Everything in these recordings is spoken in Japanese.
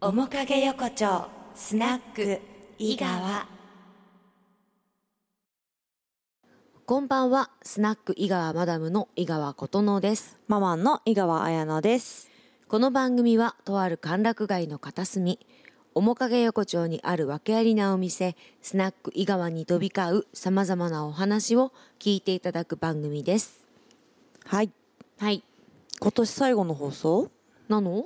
面影横丁スナック井川こんばんは、スナック井川マダムの井川琴乃です。ママンの井川彩乃です。この番組は、とある歓楽街の片隅、面影横丁にある訳ありなお店、スナック井川に飛び交う様々なお話を聞いていただく番組です。はい。はい。今年最後の放送なの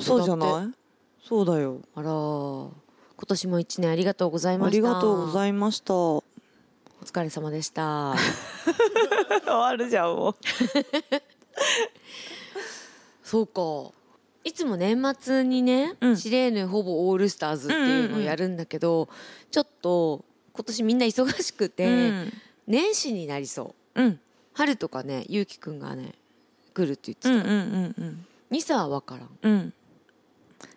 そうじだゃないそうだよ。あらー、今年も一年ありがとうございあましりた。がとうございました。 終お疲れ様でした。わるじゃん、もう。そうか。いつも年末にね、うんシレーヌほぼオールスターズっていうのをやるんだけど、ちょっと今年みんな忙しくて、うん年始になりそう。うん。春とかね、ゆうきくんがね、来るって言ってうんうんた。うんうん。ニサはわからん。うん。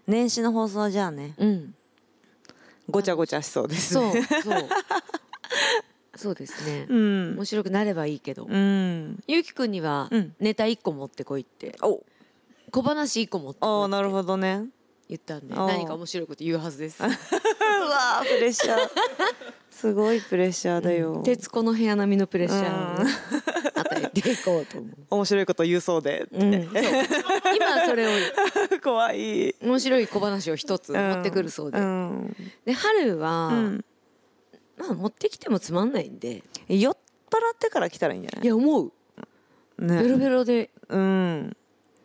年始の放送じゃあね、うん。ごちゃごちゃしそうですそね。う、 そう。そうですね。うん面。白くなればいいけど。うん。ゆうきくんにはうんネタ1個持ってこいって、お小話1個持ってあこあ、いなるほど ね。言ったんで、おう何か面白いこと言うはず です。うわープレッシャー。すごいプレッシャーだよ。徹子の部屋並みのプレッシャーをね与えていこうと思う。面白いこと言うそうで。うん、そう今それを 怖い。面白い小話を一つ持ってくるそうで,、ん。で春は、うん。まあ、持ってきてもつまんないんで酔っ払ってから来たらいいんじゃないいや思うねベロベロでうん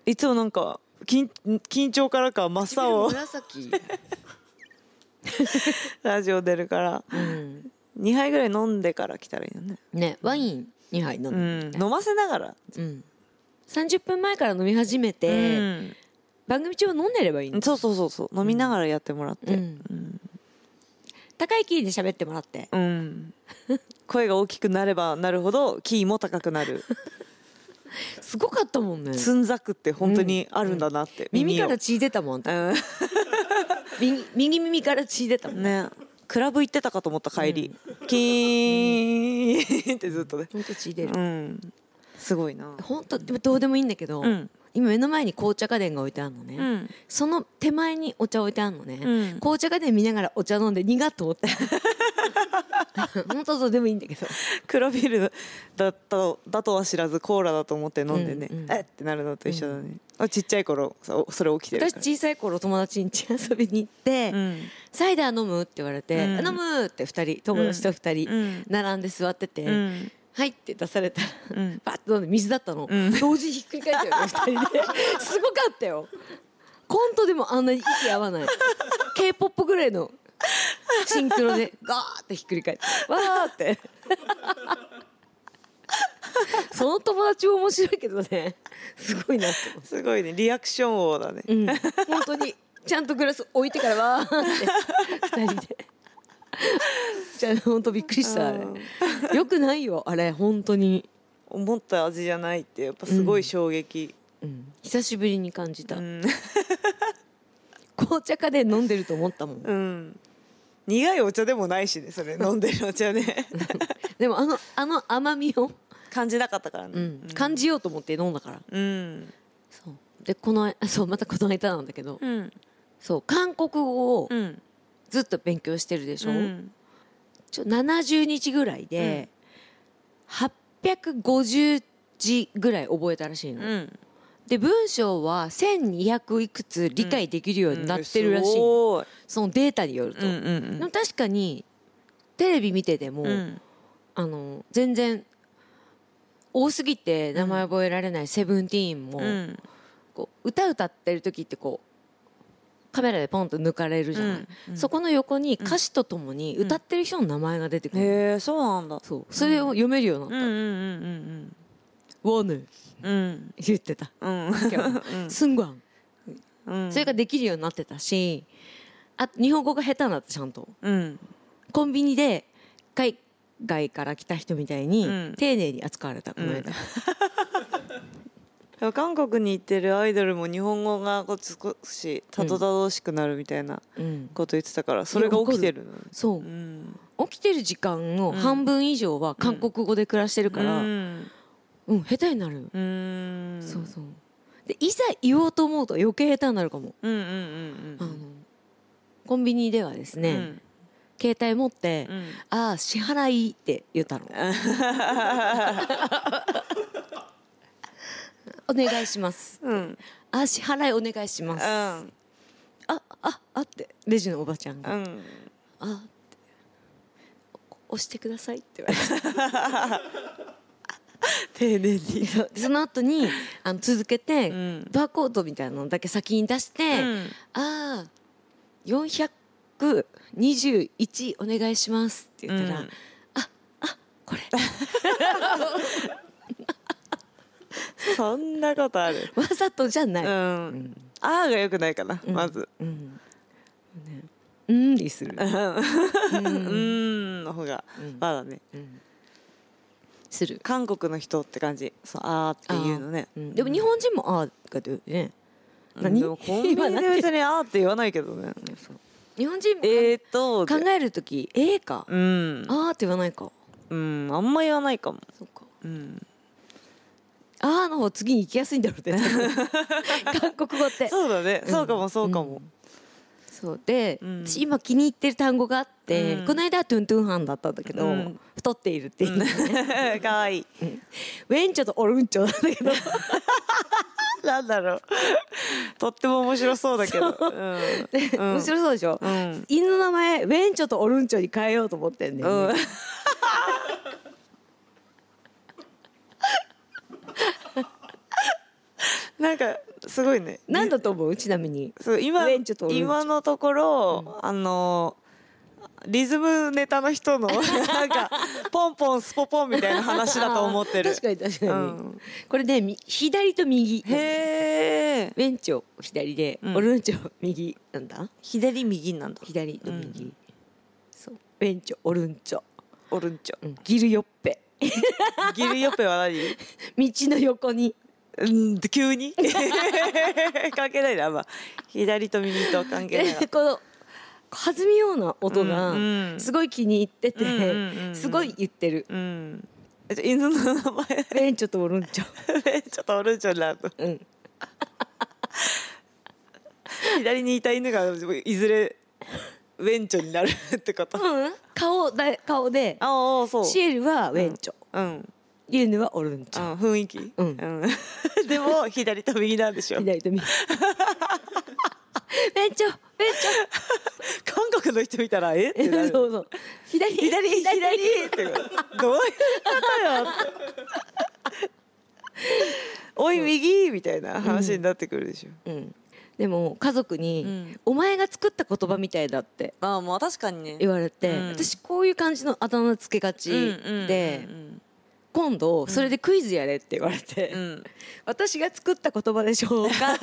いつもなんか緊緊張からか真っ青紫、ラジオ出るからうん、 2杯ぐらい飲んでから来たらいいよね、ねワイン2杯飲んでうみん、たい飲ませながら、うん、30分前から飲み始めて、番組中は飲んでればいいうんん、だそうそうそうそう飲みながらやってもらってううんん、高いキーで喋ってもらってうん声が大きくなればなるほどキーも高くなるすごかったもんねつんざくって本当にあるんだなって、耳からを血出たもんあんたうん右右耳から血出たもんねクラブ行ってたかと思った帰り、キーンってずっとねほんと血出るうんすごいな本当でもどうでもいいんだけど、うん今目の前に紅茶家電が置いてあるのね、うんその手前にお茶置いてあるのね、うん紅茶家電見ながらお茶飲んで苦っと思 って本当どうでもいいんだけど黒ビールだっただとは知らずコーラだと思って飲んでね、うんうんえっってなるのと一緒だね、あちっちゃい頃そそれ起きてる私から小さい頃友達に家遊びに行って、うんサイダー飲むって言われて、うん飲むって2人友達と2人、うん並んで座ってて、うんはいって出されたら、うんバッと飲んで水だったの、うん同時にひっくり返ったよ ね二人ですごかったよコントでもあんなに息合わない k p o p ぐらいのシンクロでガーってひっくり返ってわーって その友達も面白いけどねすごいなって思すごいねリアクション王だね、う、うん、本当にちゃんとグラス置いてからわーって二人でじゃあ本当びっくりしたあれよくないよあれ本当に。思った味じゃないってやっぱすごい衝う撃、ん久しぶりに感じた、ん紅茶家で飲んでると思ったもん、うん苦いお茶でもないしねそれ飲んでるお茶ねでもあのあの甘みを、感じなかったからねうん感じようと思って飲んだからうんそうでこのあそうまたこの間なんだけど、うんそう韓国語をうんずっと勉強してるでしょ、うんちょ70日ぐらいで、850字ぐらい覚えたらしいの、うんで文章は1200いくつ理解できるようになってるらしいすの、ごいそのデータによると、うんうでもん確かにテレビ見てても、うんうんあの全然多すぎて名前覚えられないセブンティーンも、うんこう歌歌ってる時ってこうカメラでポンと抜かれるじゃない、そこの横に歌詞とともに歌ってる人の名前が出てくる、へえそうなんだそうそれを読めるようになうっんうんうんた「ウォーヌうんうん」言ってた うん「今日スンガンうん」それができるようになってたしあ日本語が下手になったちゃんとうんコンビニで海外から来た人みたいにうん丁寧に扱われたこの間、韓国に行ってるアイドルも日本語がこう少したどたどしくなるみたいなうんこと言ってたからそれが起きてるのねそうう、ん起きてる時間の半分以上は韓国語で暮らしてるうから、うん、ん下手になるよ、うんそうそうでいざ言おうと思うと余計下手になるかも、うんうんうんうあのんコンビニではですね、うん携帯持って、うんああ支払いって言った のお願いしますうんああ支払いお願いしますうんあああってレジのおばちゃんが、うんあって押してくださいって言われて 丁寧にでその後にあの続けて、んバーコードみたいなのだけ先に出して、うんああ421お願いしますって言ったら、うんああこれそんなことあるわざとじゃない、ううんんあーがよくないかなまずうんにする、うーんの方がまだねする、韓国の人って感じそうあーっていうのねうんでも日本人もああが出るね何でもコンビニ今なんでて別にあーって言わないけど ね日本人もえーっと考える時ええか、うんああって言わないかうんあんま言わないかもそうかうんああの方次に行きやすいんだろうね韓国語ってそうだねそうかもそうかもそうで、うん私今気に入ってる単語があって、うんこの間はトゥントゥンハンだったんだけど、うん太っているっていうね、 かわいいウェンチョとオルンチョなんだけどなんだろう とっても面白そうだけどうん面白そうでしょ、うん犬の名前ウェンチョとオルンチョに変えようと思ってんだよね、うんなんかすごいね何だと思うちなみにそう今ウエンチュとオルンチュ今のところ、あのリズムネタの人のなんかポンポンスポポンみたいな話だと思っ てる確かに確かに、うんこれねみ左と右ウへえェンチョ左で、うんオルンチョ右なんだ左右なんだ左と右、うんそうウェンチョオルンチョ、オルンチョうんギルヨッペギルヨペは何道の横にうん急に 関係ないな、まあ、左と右と関係ないなで この弾みような音うんうがんすごい気に入ってて、うんうんうんうんすごい言ってるうんえじゃあ犬の名前「レンチョとオルンチョえちょっとオルンチョになると」うん、左にいた犬がいずれウェンチョになるってことうん、顔だ顔でああそうシエルはウェンチョ、うんリエヌはオルンチうョ、ん 雰囲気うんんでも左と右なんでしょ左 と右ウェンチョウェン韓国の人見たらえってチなョそるうそう左左左ってどういうことよおい右みたいな話になってくるでしょうん、でも家族に、うんお前が作った言葉みたいだ」ってああまあ確かにね言われて、うん私こういう感じのあだ名つけがちで、うん今度それでクイズやれって言われて、うん私が作った言葉でしょうか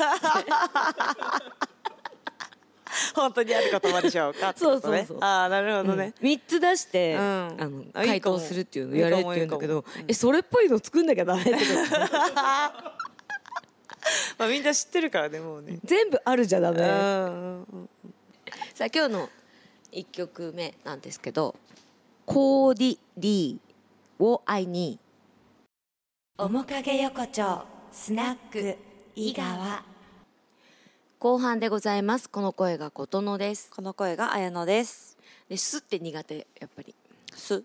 本当にある言葉でしょうかってことねそうそうそうああなるほどね、 3つ出して、うんあのあいいかも回答するっていうのやれって言うんだけいいどかもいいかもえそれっぽいの作んなきゃダメってこと まあみんな知ってるからねもうね全部あるじゃダメうんさうんあ今日の1曲目なんですけど「コーディ・リーを愛に面影横丁スナック井川」後半でございますこの声が琴乃ですこの声が綾乃ですで「す」って苦手やっぱりす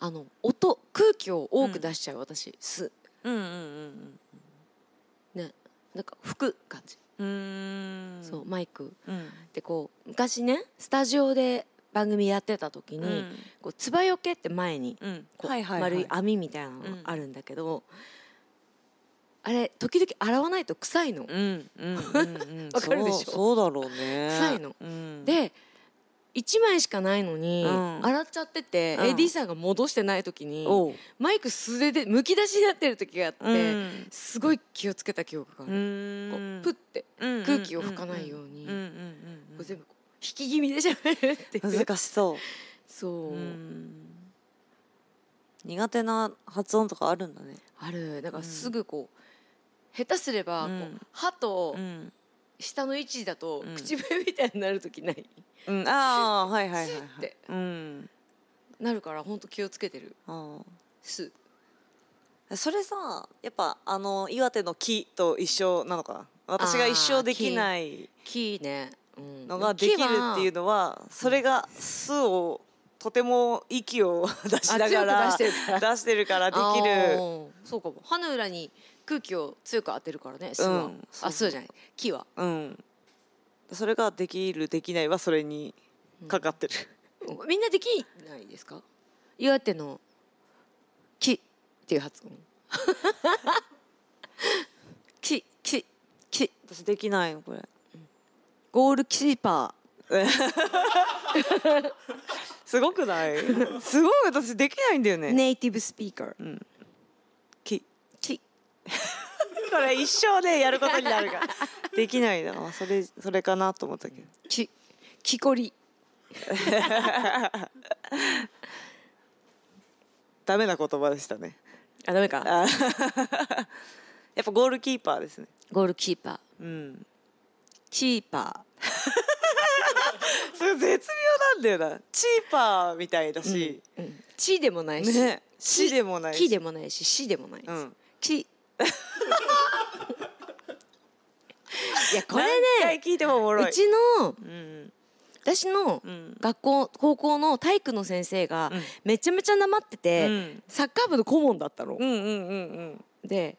あの音空気を多く出しちゃう、私「すうんうんうん」ねなんか吹く感じ、うんうーんそうマイクうんでこう昔ねスタジオで番組やってた時に、うんこうつばよけって前にうんこうはいはい、はい、丸い網みたいなのがあるんだけど、あれ時々洗わないと臭いの、うんうんうんうんわかるでしょそうそうだろうね臭いのうん、で1枚しかないのに、うん洗っちゃってて、うん AD さんが戻してない時におうマイク素手でむき出しになってる時があって、うんすごい気をつけた記憶があうる、こーうんプッてうん空気を吹かないようにんんうんこう全部こう引き気味でしゃべるってうんいう難しそうそう、うん苦手な発音とかあるんだね。あるだからうんすぐこう下手すればこう、うん歯とうん、下の位置だとうん口笛みたいになる時ない、うん、ああ、はいはいはい、はスッいて。うん、なるから本当気をつけてるあすあ。それさ、やっぱあの岩手の木と一緒なのかな。私が一生できない木ねうんのができるっていうのはそれが巣をとても息を出しながあら強く出してるから出してるからできあるーそうかも歯の裏に空気を強く当てるからね巣は、うんあ巣じゃない木はうんそれができるできないはそれにかかってる、みんなできないですか岩手の木っていう発音 木木木私できないのこれゴールキーパすごく ないすごい私できないんだよねーネイティブスピーカーき木これ一生ねやることになるからできないなそれそれかなと思ったけど木木こりダメな言葉でしたねあダメかあー やっぱゴールキーパーですねゴールキーパーうんキーパそれ絶妙なんだよなチーパーみたいだし、ー、うん、チでもないし、ね死でもない木しでもないし死でもないです、うん木 いやこれね何回聞いてもおもろいうちのうん私のうん学校高校の体育の先生がうんめちゃめちゃなまってて、うんサッカー部の顧問だったの。うんうんうんうんで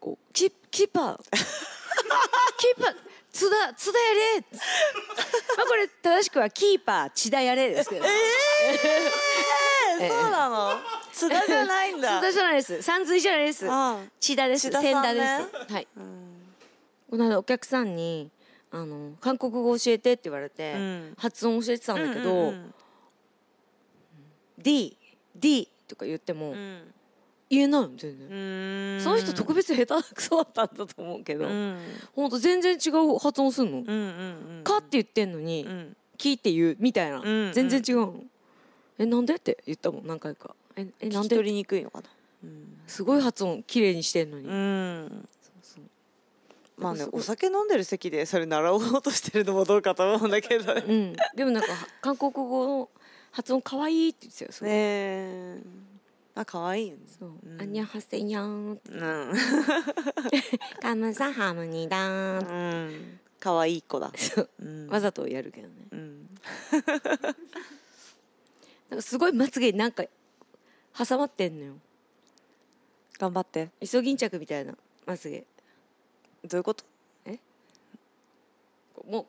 こうキキー パーキーパー津田津田やれまあこれ正しくはキーパー千田やれですけど、えー、そうなの津田じゃないんだ 津田じゃないです三髄じゃないですああ千田です千田さんね千田ですはい、この間お客さんにあの韓国語教えてって言われて、うん発音教えてたんだけど、うん D D とか言っても、うん言えないもん全然、うんその人特別下手くそだったんだと思うけど、うほん、ん本当全然違う発音すんの、うんうんうんかって言ってんのに、うんきって言うみたいな、ん全然違うのえなんでって言ったもん何回かええなん聞き取でりにくいのかなうん、すごい発音綺麗にしてんのに、うん、まあねすごいお酒飲んでる席でそれ習おうとしてるのもどうかと思うんだけどねうん、でもなんかは韓国語の発音可愛いって言ってたよすごいねえあ可愛いよねそう、うんアンニャンハセニャンってうんカムサハムニダーンってうん可愛い子だそううんわざとやるけどねうんなんかすごいまつげになんか挟まってんのよ頑張ってイソギンチャクみたいなまつげどういうこと もう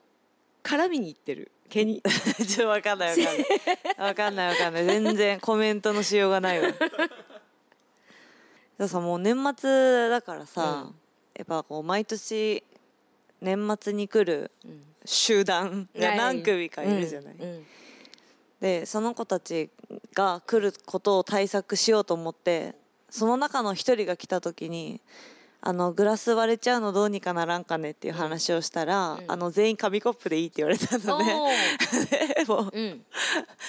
絡みにいってる毛にちょっとわかんないわかんないわかんない わかんない全然コメントのしようがないわ でもさもう年末だからさ、うんやっぱこう毎年年末に来る集団が何組かいるじゃない、うん うんでその子たちが来ることを対策しようと思ってその中の一人が来た時にあのグラス割れちゃうのどうにかならんかねっていう話をしたら、うんあの全員紙コップでいいって言われたのね。 でもうおーうん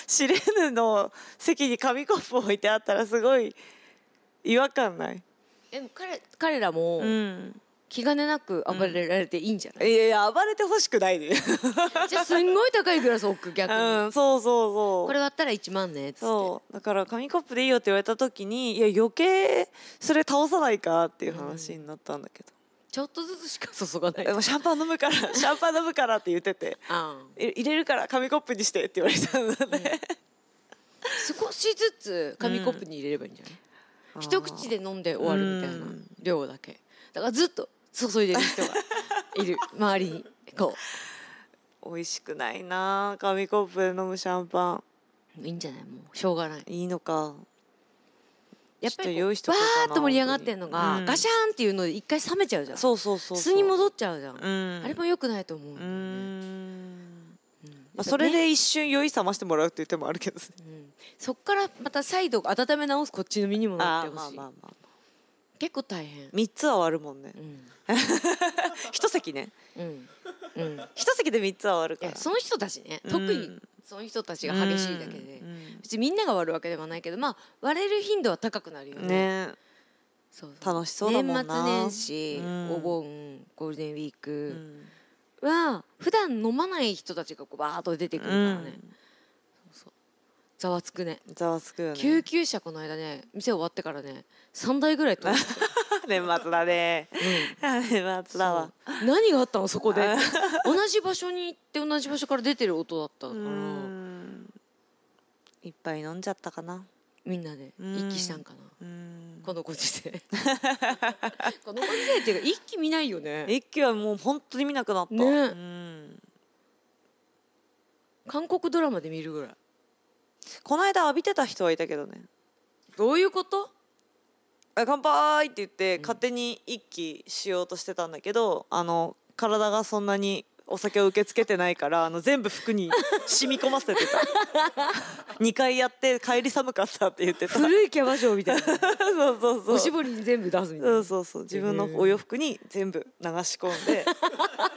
知れぬの席に紙コップ置いてあったらすごい違和感ない。でも彼彼らもうん、気兼ねなく暴れられていいんじゃない、いやいや暴れてほしくないで、じゃあす んごい高いグラス置 く逆に、うん、そうそうそう。これ割ったら1万ねっつってそうだから紙コップでいいよって言われた時にいや余計それ倒さないかっていう話になったんだけど、ちょっとずつしか注がないでもシャンパン飲 むからシャンパン飲むからって言っててああい入れるから紙コップにしてって言われたんだね、少しずつ紙コップに入れればいいんじゃない、 一口で飲んで終わるみたいなうん量だけだからずっと注いでる人がい る周りにこ美味しくないな紙コップで飲むシャンパンういいんじゃないもうしょうがないいいのかやっぱりこうちょっと用わ意しとこうかなーっと盛り上がってんのが、うんガシャーンっていうので一回冷めちゃうじゃんそうそうそうそう巣に戻っちゃうじゃん、うんあれも良くないと思う、うーんうんまあ、それで一瞬酔い覚ましてもらうっていう手もあるけどねうんそっからまた再度温め直すこっちの身にもなっあてーほまあしい、まあまあ結構大変3つは割るもんねうん一席ねうん うんい一席で三つは終わるからやその人たちねうん特にその人たちが激しいだけで別にみんなが割るわけではないけどまあ割れる頻度は高くなるようんねねそうそう楽しそうだもんな年末年始、うんお盆ゴールデンウィーうクんは普段飲まない人たちがこうバーッと出てくるからね、うんそうそうざわつくねざわつくよね救急車この間ね店終わってからね3台ぐらい通 った年末だね、年末だわそう何があったのそこで同じ場所に行って同じ場所から出てる音だったかうらんいっぱい飲んじゃったかなみんなでうん一気したんかなうんこのご時 世このご時世っていうか一気見ないよね一気はもう本当に見なくなった、ねうん韓国ドラマで見るぐらいこの間浴びてた人はいたけどねどういう ことあ乾杯って言って勝手に一気しようとしてたんだけど、あの体がそんなにお酒を受け付けてないからあの全部服 に染み込ませてた2回やって帰り寒かったって言ってた そう古いキャバ嬢みたいなそうそうおしぼりに全部出すみたいそなうそうそう自分のお洋服に全部流し込ん で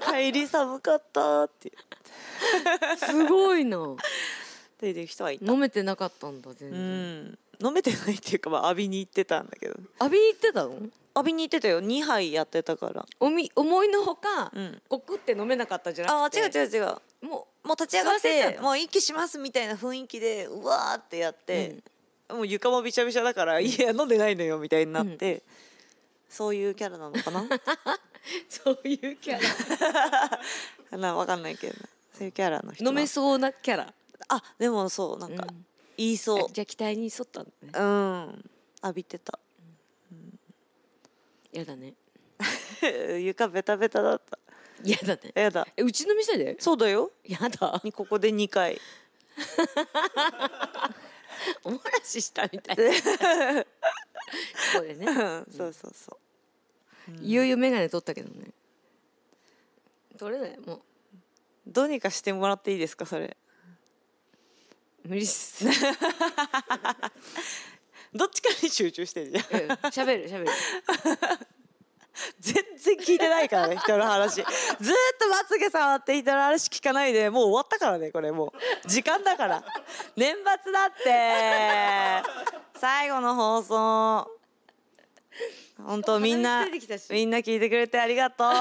帰り寒かったってすごいな言ってる人はいた、飲めてなかったんだ全う然ん、飲めてないっていうか、まあ、浴びに行ってたんだけど浴びに行ってたの浴びに行ってたよ2杯やってたから、おみ思いのほかうん、コクって飲めなかったんじゃあなく違てう違う違ううももう立ち上が吸っわせちゃってたもう息しますみたいな雰囲気でうわーってやって、もう床もびちゃびちゃだからいや飲んでないのよみたいになって、そういうキャラなのかなう そういうキャラ なわかんないけどそういうキャラの人 な飲めそうなキャラあでもそうなんかうん言いそう、じゃあ期待に沿ったんだねうん浴びてたやだね 床ベタベタだっやだねたやだ えうちの店でそうだよやだにここで2回お漏らししたみたいな ここでねうん そうそうそういよいよ眼鏡取ったけどね取れないもどうにかしてもらっていいですかそれう無理っす うんどっちかに集中してんじゃん喋る喋る全然聞いてないからね人 の話ずーっとまつげ触って人の話聞かないでもう終わったからねこれもう時間だから年末だって最後の放送本当みんな鼻水出てきたしみんな聞いてくれてありがとうよ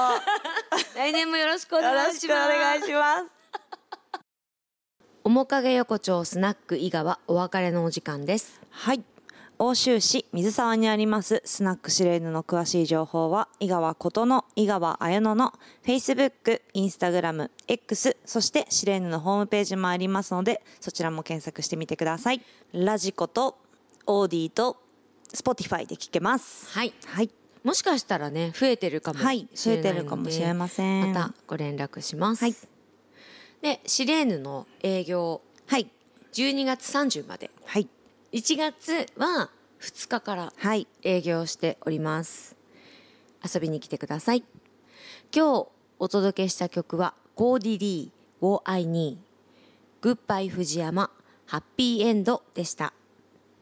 来年もよろしくお願ろいししくおます願いします面影横丁スナック伊賀はお別れのお時間ですはい欧州市水沢にありますスナックシレーヌの詳しい情報は井川ことの井川綾乃の Facebook、Instagram、X そしてシレーヌのホームページもありますのでそちらも検索してみてくださいラジコとオーディと Spotify で聞けますはいはいもしかしたらね増えてるかもはいしれないので増えてるかもしれませんまたご連絡します、はいでシレーヌの営業はい12月30まではい1月は2日からはい営業しております遊びに来てください今日お届けした曲は「コーディリー・ウォー・アイ・ニー」「グッバイ・フジヤマ」「ハッピーエンド」でした